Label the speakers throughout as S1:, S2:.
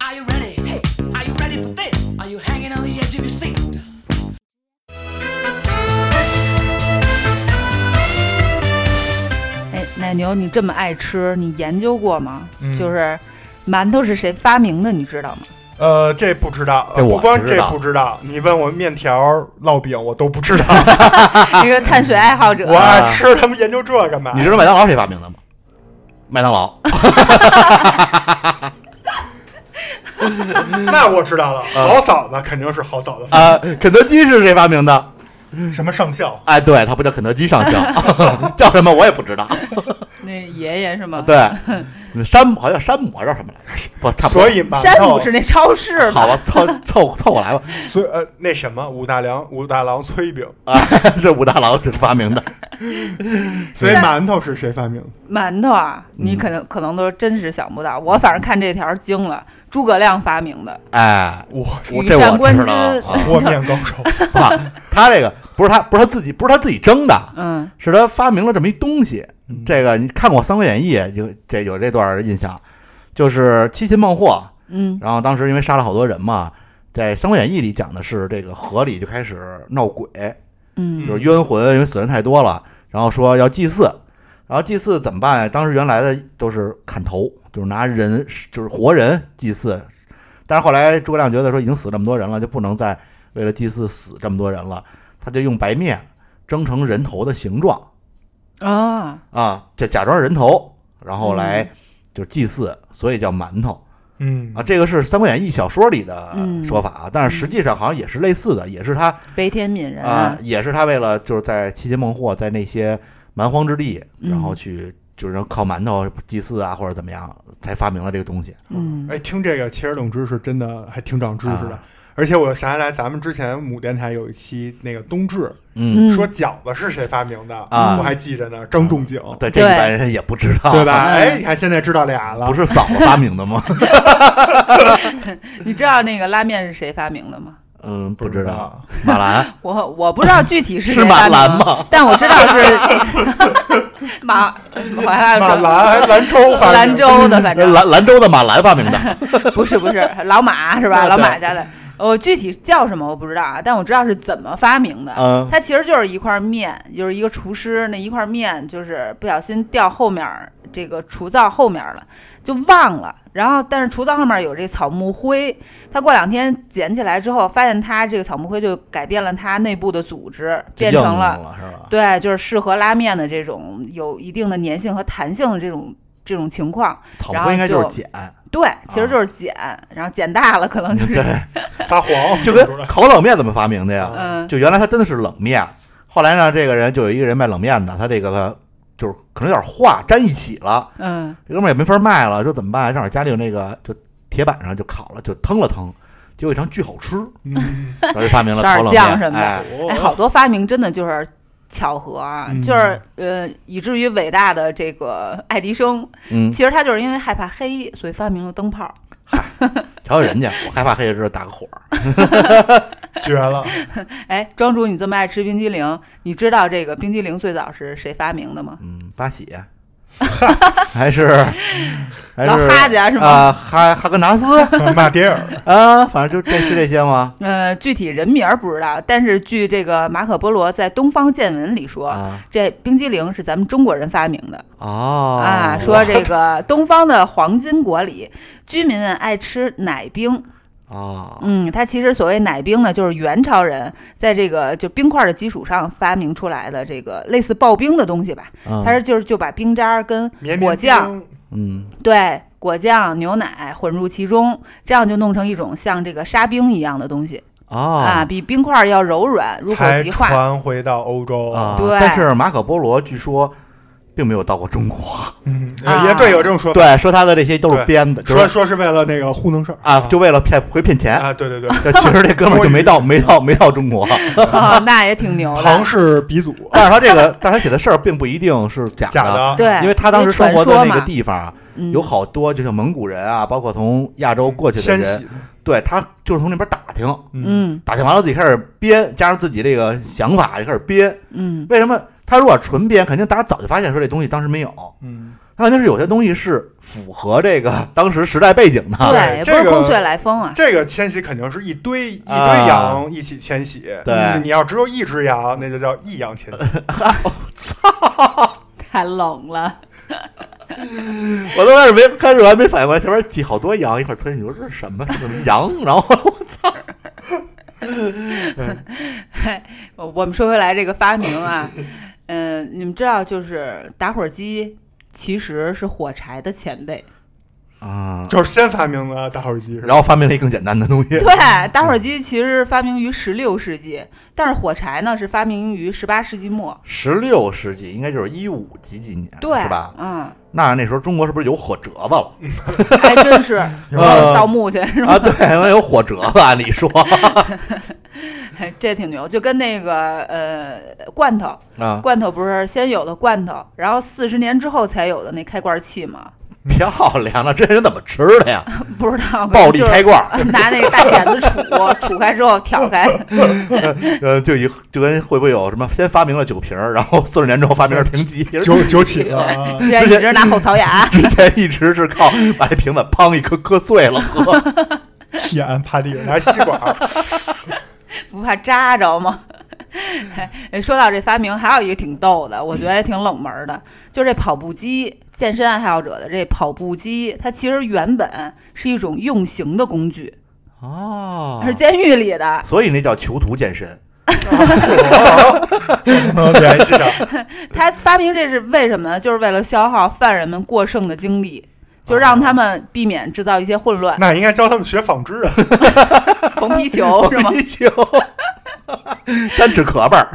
S1: Are you ready? Hey, are you ready for this? Are you hanging on the edge of your seat?
S2: 哎，奶牛，你这么爱吃，你研究过吗？
S3: 嗯
S2: 就是馒头是谁发明的，你知 道吗？
S3: 呃，这不知道，
S4: 这
S3: 呃
S4: 我
S3: 不光
S4: 知
S3: 这
S4: 道
S3: 不知道，你问我面条、烙饼，我都不知 道。
S2: 你是碳水爱好者，
S3: 我爱吃，他们研究这干嘛？
S4: 你知道麦当劳谁发明的吗？麦当劳。
S3: 那我知道了，好嫂子肯定是好嫂子发
S4: 啊，肯德基是谁发明的？
S3: 明什么上校？
S4: 哎，对，它不叫肯德基上校， 叫什么我也不知道。
S2: 那爷爷是吗？，
S4: 啊对，山姆好像叫山姆还是叫什么来着？不，差不多。
S3: 所以馒
S2: 山
S3: 头
S2: 姆是那超市吗？
S4: 好吧，凑凑凑过来吧。
S3: 所以呃那什么武大良武大郎炊饼，
S4: 啊，这武大郎是发明的。
S3: 所以馒头是谁发明的？
S2: 馒头啊，
S4: 嗯
S2: 你可能、可能都真是想不到，我反正看这条惊了，诸葛亮发明的。
S4: 哎，
S3: 我
S4: 我
S2: 羽
S4: 这
S2: 扇
S4: 我
S2: 纶
S4: 知道
S2: 巾
S4: 啊
S3: 和面高手，
S4: 啊。他这个不是他不是他自己不是他自己蒸的，
S2: 嗯，
S4: 是他发明了这么一东西。
S3: 嗯
S4: 这个你看过《三国演义》有这有这段印象，就是七擒孟获，
S2: 嗯，
S4: 然后当时因为杀了好多人嘛，在《三国演义》里讲的是这个河里就开始闹鬼，
S2: 嗯
S4: 就是冤魂，因为死人太多了，然后说要祭祀，然后祭祀怎么办呀？当时原来的都是砍头，就是拿人就是活人祭祀，但是后来诸葛亮觉得说已经死这么多人了，就不能再为了祭祀死这么多人了，他就用白面蒸成人头的形状。嗯
S2: 啊，
S4: 啊，就假装是人头，然后来就是祭祀，所以叫馒头
S3: 嗯
S4: 啊。这个是《三国演义》小说里的
S2: 嗯
S4: 说法啊，但是实际上好像也是类似的，也是他
S2: 悲天悯人
S4: 啊，也是他为了就是在七擒孟获在那些蛮荒之地，
S2: 嗯
S4: 然后去就是靠馒头祭祀啊或者怎么样，才发明了这个东西。
S2: 嗯，
S3: 哎，听这个其实冷知识真的还挺长知识的
S4: 啊，
S3: 而且我又想起来咱们之前母电台有一期那个冬至
S4: 嗯，
S2: 嗯
S3: 说饺子是谁发明的
S4: 啊
S3: 我还记着呢，张仲景。
S4: 对，这一般人也不知道，
S3: 嗯对吧？
S2: 嗯
S3: 哎，你看现在知道俩 了，
S4: 不是嫂子发明的吗？
S2: 你知道那个拉面是谁发明的吗？
S4: 嗯，不
S3: 不知
S4: 知道。马兰，
S2: 我我不知道具体是
S4: 是
S2: 谁
S4: 马
S2: 发明
S4: 兰吗？
S2: 但我知道是 马马 兰
S3: 马兰还兰州发明
S2: 兰州的，反 正
S4: 兰兰州的马兰发明的。
S2: 不是不是老马是
S4: 啊
S2: 吧？
S4: 对
S2: 老马家的，我具体叫什么我不知道啊，但我知道是怎么发明的。
S4: 嗯
S2: 它其实就是一块面，就是一个厨师那一块面，就是不小心掉后面儿这个厨灶后面了，就忘了。然后，但是厨灶后面有这草木灰，他过两天捡起来之后，发现它这个草木灰就改变了它内部的组织， 变
S4: 硬
S2: 成了
S4: 了是吧？
S2: 对，就是适合拉面的这种有一定的粘性和弹性的这种这种情况。
S4: 草
S2: 然
S4: 莓
S2: 后
S4: 应该就是
S2: 就
S4: 碱，
S2: 对，其实就是碱，然后碱大了可能就是
S4: 啊对，
S3: 发黄，
S4: 就跟烤冷面怎么发明的呀？
S2: 嗯
S4: 就原来它真的是冷面，后来呢，这个人就有一个人卖冷面的，他这个他就是可能有点化粘一起了，
S2: 嗯
S4: 这哥们儿也没法卖了，说怎么办？正好家里有那个就铁板上就烤了，就腾了腾，结果一尝巨好吃，
S3: 嗯哦
S4: 然后就发 明了
S2: 撒点
S4: 烤冷
S2: 酱
S4: 面。
S2: 什么的
S4: 哎，
S2: 哎，好多发明真的就是巧合啊，
S3: 嗯
S2: 就是呃，以至于伟大的这个爱迪生，
S4: 嗯，
S2: 其实他就是因为害怕黑，所以发明了灯泡。
S4: 瞧瞧人家，我害怕黑夜之打个火儿。
S3: 绝了！
S2: 哎，庄主，你这么爱吃冰激凌，你知道这个冰激凌最早是谁发明的吗？
S4: 嗯，八喜， 还是还
S2: 老
S4: 是
S2: 哈家是吗
S4: 啊，哈哈根达斯
S3: 嗯马 迭尔，
S4: 啊，反正就这是这些吗？
S2: 呃，具体人名儿不知道，但是据这个马可波罗在《东方见闻》里说，
S4: 啊
S2: 这冰激凌是咱们中国人发明的。
S4: 哦
S2: 啊，说这个东方的黄金国里，居民们爱吃奶冰。
S4: 啊，
S2: 嗯，它其实所谓奶冰呢，就是元朝人在这个就冰块的基础上发明出来的这个类似刨冰的东西吧。
S4: 嗯
S2: 它是就是就把冰渣儿跟
S3: 绵
S2: 果
S3: 绵
S2: 酱，
S3: 冰
S4: 嗯
S2: 对果酱、牛奶混入其中，这样就弄成一种像这个沙冰一样的东西啊，
S4: 啊
S2: 比冰块要柔软，入口
S3: 才
S2: 即化。
S3: 传回到欧洲
S4: 啊！
S2: 对
S4: 但是马可波罗据说并没有到过中 国。
S3: 嗯，
S2: 啊
S3: 也对，有这种说法，
S4: 对，说他的这些都是
S3: 对
S4: 编的，就
S3: 说
S4: 是
S3: 说是为了那个糊弄事儿
S4: 啊，就为了骗回骗钱。
S3: 啊，对对对，
S4: 这其实这哥们儿就没 到，没到，没到中国。
S2: 哦 那也挺牛
S3: 唐
S2: 的。
S3: 氏鼻祖，
S4: 但是他这个，但是他写的事儿并不一定是假
S3: 假的啊，
S2: 对，
S4: 因为他当时生活的那个
S2: 因为传说嘛
S4: 地方啊，
S2: 嗯
S4: 有好多就像蒙古人啊，包括从亚洲过去的
S3: 迁
S4: 人，
S3: 徙，嗯
S4: 对他就是从那边打听，
S2: 嗯
S4: 打听完了自己开始编，加上自己这个想法就开始编。
S2: 嗯
S4: 为什么他如果纯编，肯定大家早就发现说这东西当时没有，
S3: 嗯，
S4: 他肯定是有些东西是符合这个 当时时代背景的。
S2: 对，也不
S3: 这
S2: 是
S3: 个
S2: 空穴来风啊。
S3: 这个迁徙肯定是一堆一
S4: 啊
S3: 堆羊一起迁徙，
S4: 对呃
S3: 嗯你要只有一只羊，那就叫一羊迁徙，
S5: 太冷了，
S4: 我都开始没开始我还没反应过来，前面挤好多羊一块儿推进去，我说这是什么？这怎么羊？然后
S2: 我呃我们说回来这个发明啊， 嗯、你们知道就是打火机其实是火柴的前辈。
S4: 啊，
S3: 就是先发明的打火机是吧？
S4: 然后发明了一个更简单的东西。
S2: 对，打火机其实是发明于十六世纪，但是火柴呢是发明于十八世纪末。
S4: 十六世纪应该就是一五几几年，
S2: 对，
S4: 是吧？
S2: 嗯，
S4: 那那时候中国是不是有火折子 了
S2: 还 真是
S3: 有
S4: 呃
S2: 盗墓去是吧？
S4: 啊？对，有火折子，按理说
S2: 这挺牛，就跟那个呃罐头，
S4: 啊，
S2: 罐头不是先有的罐头，然后四十年之后才有的那开罐器嘛？
S4: 漂亮了，这人怎么吃的呀？
S2: 不知道，
S4: 暴力开罐儿，
S2: 就是拿那个大剪子杵， 杵开之后挑开，
S4: 呃，就一就跟会不会有什么先发明了酒瓶儿，然后四十年之后发明了瓶机，
S3: 九九起了 啊，
S2: 之前一直拿后槽牙。
S4: 之前一直是靠把这瓶子砰一磕磕碎了喝。
S3: 舔趴地拿吸 管 儿，
S2: 不怕扎着吗？ 哎说到这发明，还有一个挺逗的，我觉
S4: 嗯
S2: 得也挺冷门儿的，就是这跑步机。健身爱好者的这跑步机，它其实原本是一种用刑的工具，
S4: 哦
S2: 是监狱 里的。
S4: 所以那叫囚徒健身。
S3: 联系上，
S2: 它发明这是为什么呢？就是为了消耗犯人们过剩的精力，
S4: 哦
S2: 就让他们避免制造一些混 乱。
S3: 那应该教他们学纺织啊，
S2: 缝皮球 哦是吗？
S4: 皮球，哎 单指壳儿。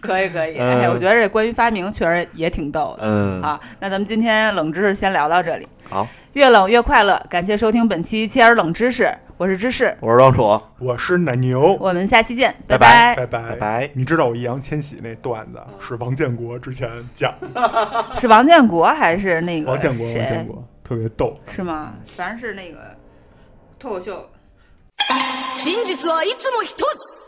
S2: 可以可以，
S4: 嗯
S2: 哎，我觉得这关于发明确实也挺逗的。
S4: 嗯，
S2: 好，那咱们今天冷知识先聊到这里。
S4: 好，
S2: 越冷越快乐，感谢收听本期《切尔冷知识》，我是芝士，
S4: 我是庄主，
S3: 我是奶牛，
S2: 我们下期见，
S4: 嗯拜
S2: 拜
S3: 拜
S4: 拜
S3: 拜。
S4: 拜。
S3: 你知道我易烊千玺那段子是王建国之前讲的，
S2: 是王建国还是那个
S3: 王建国，王建
S2: 谁？
S3: 国特别逗。
S2: 是吗？反正是那个脱口秀。
S6: 真実はいつも一つ